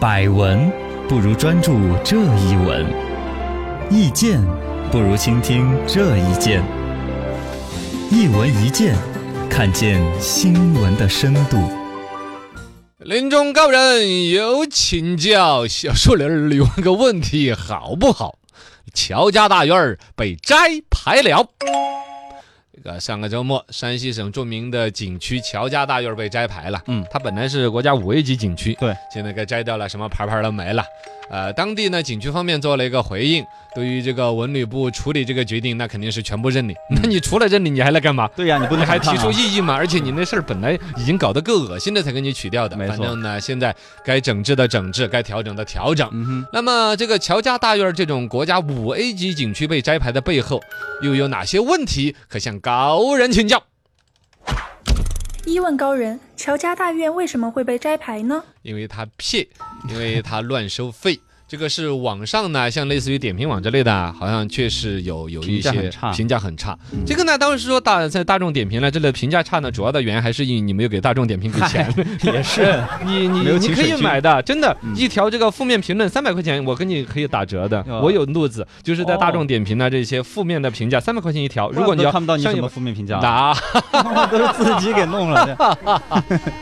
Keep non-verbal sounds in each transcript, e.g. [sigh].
百闻不如专注这一闻，意见不如倾听这一见。一闻一见，看见新闻的深度。临终高人有请教，小树林儿有个问题好不好？乔家大院儿被摘牌了。这个上个周末，山西省著名的景区乔家大院儿被摘牌了。嗯它本来是国家五 A 级景区，对，现在该摘掉了，什么牌牌都没了。呃，当地呢，景区方面做了一个回应，对于这个文旅部处理这个决定，那肯定是全部认领。嗯那你除了认领，你还来干嘛？对呀、你不你能还看提啊出异议嘛？而且你那事儿本来已经搞得够恶心的，才给你取掉的。没错反正呢，现在该整治的整治，该调整的调整。嗯哼，那么，这个乔家大院儿这种国家五 A 级景区被摘牌的背后，又有哪些问题可向高人请教？一问高人，乔家大院为什么会被摘牌呢？因为他骗，因为他乱收费。 [laughs] 这个是网上呢，像类似于点评网之类的啊，好像确实有有一些评价很差评价很差。这个呢，当时说大在大众点评呢，这类评价差呢，主要的原因还是因为你没有给大众点评给 [laughs] 钱。也是你你没有你请可以水军买的，真的嗯，一条这个负面评论三百块钱，我跟你可以打折的，哦我有路子，就是在哦大众点评呢这些负面的评价三百块钱一条，如果你要看不到你像什有么负面评价， [laughs] 打，都是自己给弄 [laughs] 了的。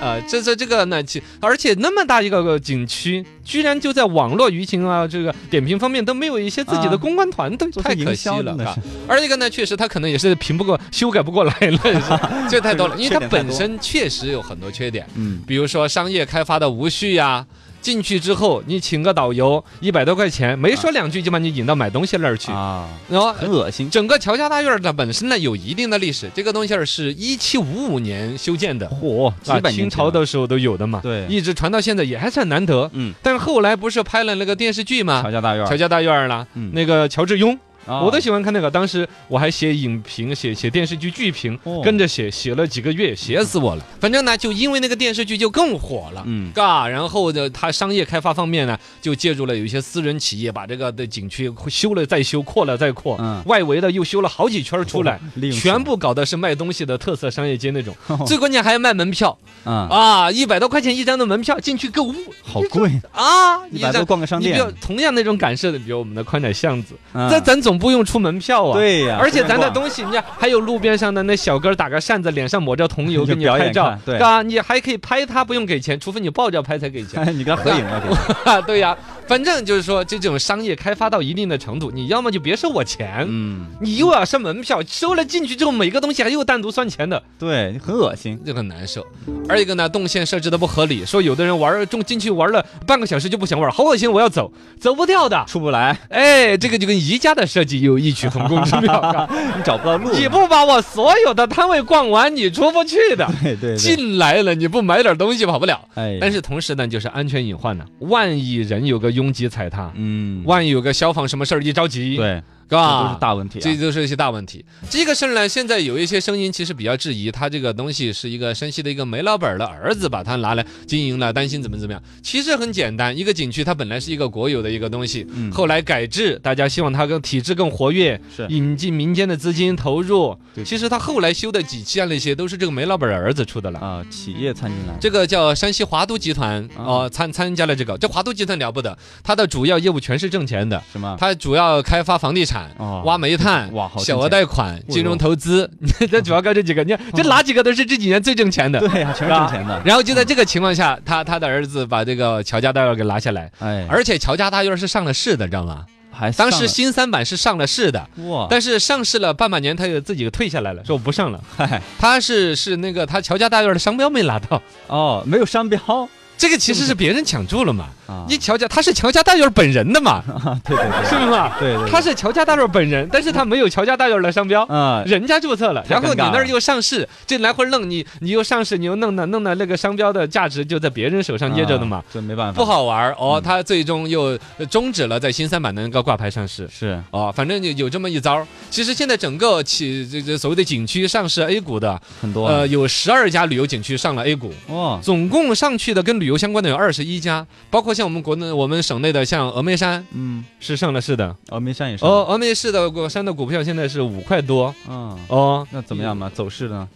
呃，这这这个呢，其而且那么大一个个景区，居然就在网络舆情啊这个点评方面都没有一些自己啊的公关团队，做太些可营惜销了真的啊是。而一个呢，确实他可能也是评不过， [laughs] 修改不过来了，也 [laughs] 是这太多了，因为缺点它太多本身确实有很多缺点。嗯，比如说商业开发的无序呀、进去之后你请个导游一百多块钱，没说两句就把你引到买东西那儿去，啊，然后。很恶心。整个乔家大院呢，本身呢有一定的历史，这个东西儿是一七五五年修建的，嚯，几啊，百年前清朝了的时候都有的嘛，对一直传到现在也还算难得。嗯，但是后来不是拍了那个电视剧嘛乔，家大院儿，乔家大院儿啦，嗯那个乔致庸，啊我都喜欢看那个，当时我还写影评，写写电视剧剧评哦，跟着写，写了几个月，写死我了。反正呢，就因为那个电视剧就更火了。 [laughs] 嗯嘎，然后呢，它商业开发方面呢，就借助了有一些私人企业，把这个的景区修了再修，扩了再扩，嗯哦外围的又修了好几圈出来，利用全钱部搞的是卖东西的特色商业街那种，最关键还要卖门票哦啊，啊，一百多块钱一张的门票进去购物好贵，啊，一百多张逛个商你比店较，同样那种感受的，比如我们的宽窄巷子，嗯那咱总不用出门票啊。。对呀，而且咱的都东西，你看，还有路边上的那小哥打个扇子，脸上抹着红油就给你表拍演照看，对啊，你还可以拍他，不用给钱，除非你抱着拍才给钱 [laughs] 你跟他合影了，给他啊。对呀、反正就是说，这种商业开发到一定的程度，你要么就别收我钱，嗯，你又要收门票，收了进去之后，每个东西还又单独算钱的，对，很恶心。就很难受。而一个呢，动线设置的不合理，说有的人玩儿中进去玩了半个小时就不想玩儿，好恶心，我要走，走不掉的。出不来，哎，这个就跟宜家的设计有异曲同工之 [laughs] 妙。嘎你找不到路。 [laughs] 你不把我所有的摊位逛完，你出不去的。 [laughs] 对对对，进来了，你不买点东西跑不了。哎，但是同时呢，就是安全隐患呢，万一人有个拥挤踩踏，嗯，万一有个消防什么事儿一着急，，对，这都嘎是。大问题啊。这都是一些大问题。这个事儿呢，现在有一些声音其实比较质疑，他这个东西是一个山西的一个煤老板儿的儿子把它拿来经营了，担心怎么怎么样。其实很简单，一个景区它本来是一个国有的一个东西，嗯后来改制，大家希望它更体制更活跃，是引进民间的资金投入对。其实他后来修的几期啊，那些都是这个煤老板儿儿子出的了。啊，企业参进来，这个叫山西华都集团啊哦，参参加了这个。这华都集团了不得，它的主要业务全是挣钱的，什么？它主要开发房地产、哦挖煤炭、哇好挣小额钱哎贷款、金融投资， [laughs] 这主要干这几个。你看，这哦哪几个都是这几年最挣钱的。对呀，全是挣钱的。然后就在这个情况下，他他的儿子把这个乔家大院给拿下来，哎，而且乔家大院是上了市的，知道吗？还当上啊时新三板是上了市的，了哇，但是上市了半把年，他又自己退下来了，说我不上了。嗨， [laughs] 他是是那个他乔家大院的商标没拿到，哦，没有 [laughs] 商标这个其实是别人抢注了嘛。啊，你乔家他是乔家大院本人的嘛，啊对 [laughs] 对是不是嘛？对对对，他是乔家大院本人，但是他没有乔家大院的商标。啊，人家注册了，太尴尬然后你了那儿又上市，这来回弄你，你又上市，你又弄的弄的那个商标的价值就在别人手上捏着的嘛，啊，这没办法，不好玩儿哦。他最终又终止了在新三板的那个挂牌上市。是哦，反正有有这么一招儿。其实现在整个起这这所谓的景区上市 A 股的，很多呃，有十二家旅游景区上了 A 股，哇，总共上去的跟旅游相关的有二十一家，包括像我们国内我们省内的像峨眉山嗯，是上了市的，峨眉山也是哦，峨眉市的山的股票现在是五块多嗯，哦。那怎么样嘛？走势呢？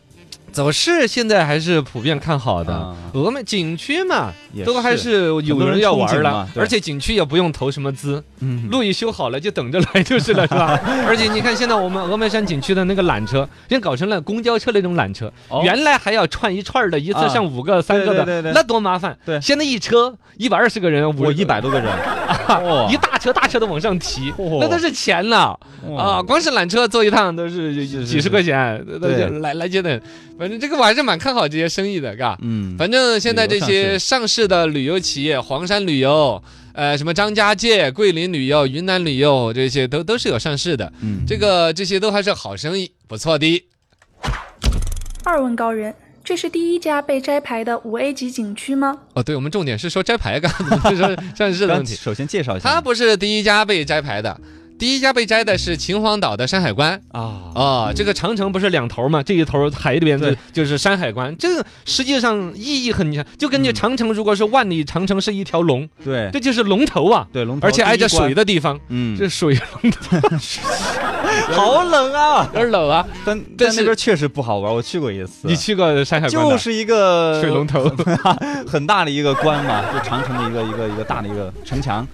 走势现在还是普遍看好的啊。峨眉景区嘛也，都还是是有人要玩很多人憧憬了嘛，对而且景区也不用投什么资，嗯，路一修好了就等着来 [laughs] 就是了，是吧？ [laughs] 而且你看现在我们峨眉山景区的那个缆车，人家搞成了公交车那种缆车，哦原来还要串一串儿的，一次上五个、三个对对对的，对那多麻烦。对现在一车一百二十个人，我50一百 [laughs] 多个人，一大车大车的往上提，嚯那都是钱呐啊！啊，光是缆车坐一趟都是是几十块钱，那对就来来接的。反正这个我还是蛮看好这些生意的，嘎。嗯，反正现在这旅些游上市的旅游企业，黄山旅游，呃，什么张家界、桂林旅游、云南旅游，这些都都是有上市的。嗯这个这些都还是好生意，不错的。二问高人，这是第一家被摘牌的五 A 级景区吗？哦，对，我们重点是说摘牌，嘎， [laughs] 不是说上市的问刚题。首先介绍一下，它不是第一家被摘牌的，第一家被摘的是秦皇岛的山海关。啊，啊，这个长城不是两头嘛，这一头海里边就对就是山海关，这个实际上意义很强，就跟这嗯长城如果是万里长城是一条龙，对这就是龙头啊，对，[laughs] 龙头而且挨着水的，的地方，嗯，这 [laughs] 水好冷啊，有点冷啊。但 [laughs] 但但是那边确实不好玩，我去过一次，啊你去过山海关的就是一个水龙头，很大的一个关嘛，就长城的一个一个一个大的一个城墙，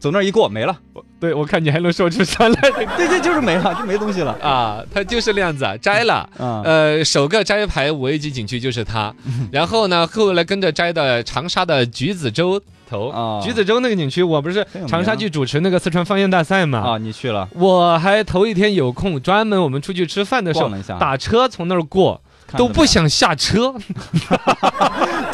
走那儿一过没了， [laughs] 对我看你还能说出山来对对，就是没了，就没东西了， [laughs] 啊，它就是那样子啊，摘了。啊，呃，首个摘牌五 A 级景区就是它，然后呢，后来跟着摘的长沙的橘子洲头，哦橘子洲那个景区，我不是很有名啊长沙剧主持那个四川方言大赛嘛，啊，你去了，我还头一天有空，专门我们出去吃饭的时逛候，了一下，打车从那儿过，看呃都怎么不样想下车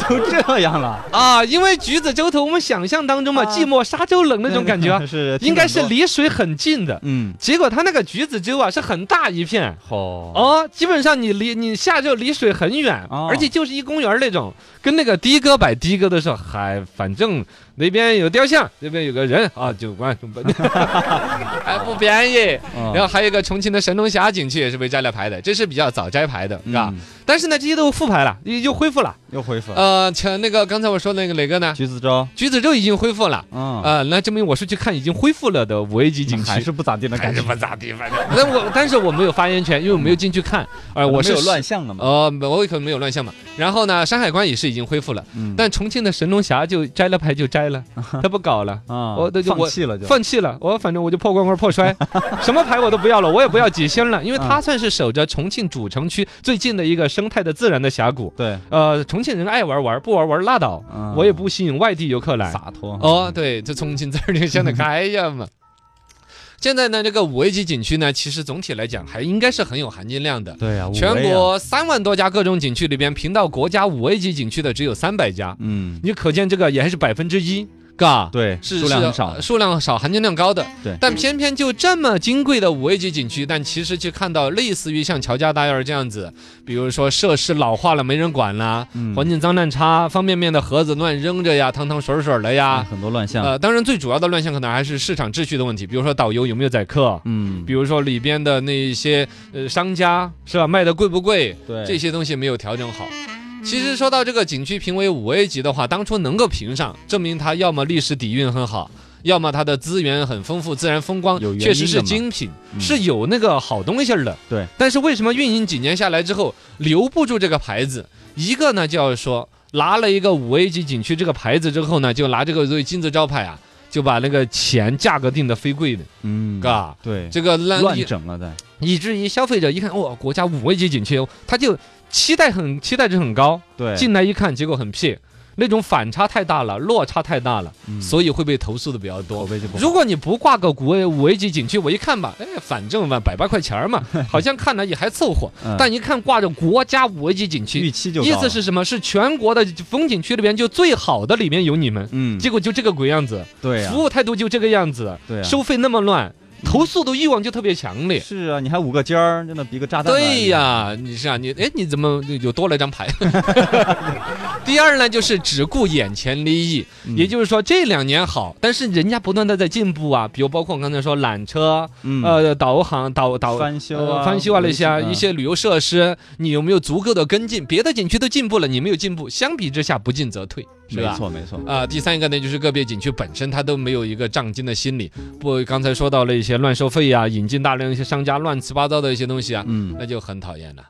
都这样了， [laughs] 啊，因为橘子洲头，我们想象当中嘛，啊，寂寞沙洲冷那种感觉啊是应该是离离水很近的。嗯，结果它那个橘子洲啊是很大一片，哦，哦，基本上你离你下就离水很远，哦而且就是一公园那种，跟那个的哥摆的哥的时候，嗨，反正那边有雕像，那边有个人啊，就 [laughs] 关，还不便宜。嗯哦然后还有一个重庆的神龙峡景区也是被摘了牌的，这是比较早摘牌的，是吧？嗯但是呢，这些都复牌了，也就恢复了。又恢复了，呃，前那个刚才我说那个哪个呢？橘子洲，橘子洲已经恢复了。嗯，呃，那证明我是去看已经恢复了的五 A 级景区，还是不咋 [laughs] 地的还感是觉，不咋地，反正。那我但是我没有发言权，因为我没有进去看，呃，我是有乱象的嘛，呃，我可能没有乱象嘛。然后呢，山海关也是已经恢复了，嗯但重庆的神龙峡就摘了牌就摘 [laughs] 了，他不搞了。啊，我那就我放弃了就，放弃了，我反正我就破罐罐破摔， [laughs] 什么牌我都不要了，我也不要几星了，因为嗯它算是守着重庆主城区最近的一个生态的自然的峡谷。对，呃，重庆人爱玩玩，不玩玩拉倒，嗯我也不吸引外地游客来。洒脱，哦，对，这重庆这儿就想得开呀嘛。 [laughs] 现在呢，这个五 A 级景区呢，其实总体来讲还应该是很有含金量的。对呀，啊全国三万多家各种景区里边，评到国家五 A 级景区的只有三百家，嗯，你可见这个也还是百分之一，嘎。对，是数量很是少呃，数量少，含金量高的。对但偏偏就这么金贵的五 A 级景区，但其实去看到类似于像乔家大院这样子，比如说设施老化了没人管啦，嗯环境脏乱差，方便面的盒子乱扔着呀，汤汤水水的呀。很多乱象，呃，当然最主要的乱象可能还是市场秩序的问题，比如说导游有没有宰客，嗯，比如说里边的那一些呃商家是吧，卖的贵不贵，对，这些东西没有调整好。其实说到这个景区评为五 A 级的话，当初能够评上，证明它要么历史底蕴很好，要么它的资源很丰富，自然风光有原因的确实是嘛精品，嗯是有那个好东西儿的。对，但是为什么运营几年下来之后留不住这个牌子？一个呢，就要说拿了一个五 A 级景区这个牌子之后呢，就拿这个作为金字招牌啊，就把那个钱价格定得飞贵的，嗯，嘎、对，这个烂乱整了再，以至于消费者一看，哇，国家五 A 级景区，他就期待很期待值很高，对，进来一看，结果很屁，那种反差太大了，落差太大了，嗯所以会被投诉的比较口多。碑就不好，如果你不挂个五 A 五 A 级景区，我一看吧，哎，反正嘛，百八块钱儿 [laughs] 嘛，好像看来也还凑合。嗯但一看挂着国家五 A 级景区，预期就意高思了，是什么？是全国的风景区里边就最好的里面有你们，嗯，结果就这个鬼样子，对呀服，务态度就这个样子，对呀，收费那么乱，投诉的欲望就特别强烈。是啊，你还五个尖儿，真的比个炸弹大对呀，你是啊，你哎，你怎么又多了一张 [laughs] 牌？第二呢，就是只顾眼前利益，嗯也就是说这两年好，但是人家不断的在进步啊，比如包括我刚才说缆车、嗯呃导航、导导翻修呃啊、翻修啊那些啊维修一些旅游设施，你有没有足够的跟进？别的景区都进步了，你没有进步，相比之下不进则退，是吧没？错没错，啊、第三个呢，就是个别景区本身它都没有一个涨金的心理，不，刚才说到了一些乱收费呀、啊引进大量一些商家乱七八糟的一些东西啊，嗯，那就很讨厌了。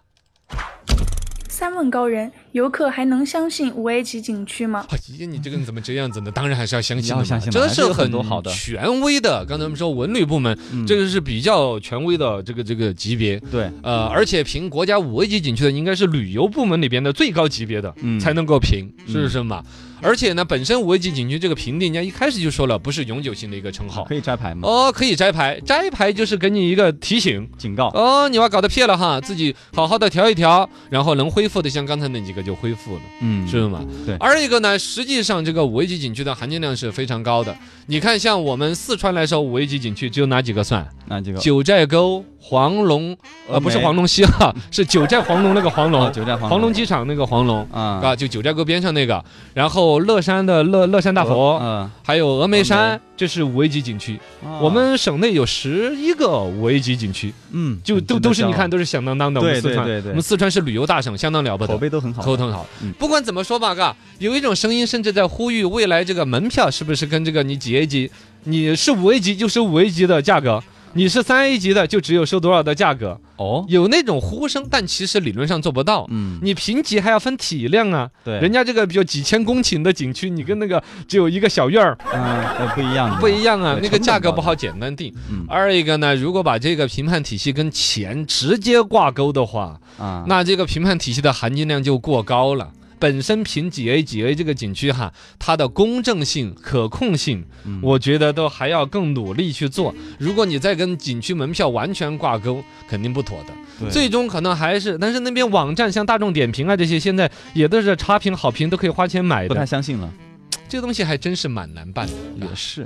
三问高人，游客还能相信五 A 级景区吗？ [laughs] 哎呀，你这个人怎么这样子呢？当然还是要相信的嘛，要相信的这还是有很很多好的权威的。刚才我们说文旅部门，嗯这个是比较权威的这个这个级别。对，呃，而且评国家五 A 级景区的应该是旅游部门里边的最高级别的，嗯才能够评，是不是嘛？而且呢，本身五 A 级景区这个评定，人家一开始就说了，不是永久性的一个称号可。以摘牌吗？哦，可以摘牌，摘牌就是给你一个提醒。警告，哦，你娃搞得撇了哈，自己好好的调一调，然后能恢复的，像刚才那几个就恢复了，嗯，是吗？对而一个呢，实际上这个五 A 级景区的含金量是非常高的。你看，像我们四川来说，五 A 级景区只有哪几个算？那这个九寨沟、黄龙，呃，峨不是眉黄龙溪 [laughs] 哈，是九寨黄龙那个黄哦，龙，九寨黄龙机场那个黄龙啊，啊，就九寨沟边上那个。然后乐山的乐乐山大佛，嗯，还有峨眉峨山，这是五 A 级景区。啊我们省内有十一个五 A 级景区，嗯，就都真的都是你像看都是响当当的。我们对四对川，对对我们四川是旅游大省，相当了不口得。碑都很好，口很好嗯，不管怎么说吧，嘎，有一种声音甚至在呼吁未来这个门票是不是跟这个你几 A 级，你是五 A 级就是五 A 级的价格，你是三 A 级的就只有收多少的价格，哦，有那种呼声，但其实理论上做不到。嗯，你评级还要分体量啊，对，人家这个比如几千公顷的景区，你跟那个只有一个小院儿嗯呃不一样的，不一样啊，对那个成本价格高不好简单定。嗯二一个呢，如果把这个评判体系跟钱直接挂钩的话，啊，那这个评判体系的含金量就过高了。本身评几 A 几 A 这个景区哈，它的公正性、可控性，嗯我觉得都还要更努力去做。如果你再跟景区门票完全挂钩，肯定不妥的。对最终可能还是，但是那边网站像大众点评啊这些，现在也都是差评、好评都可以花钱买不太的。相信了，这个东西还真是蛮难办的。也是，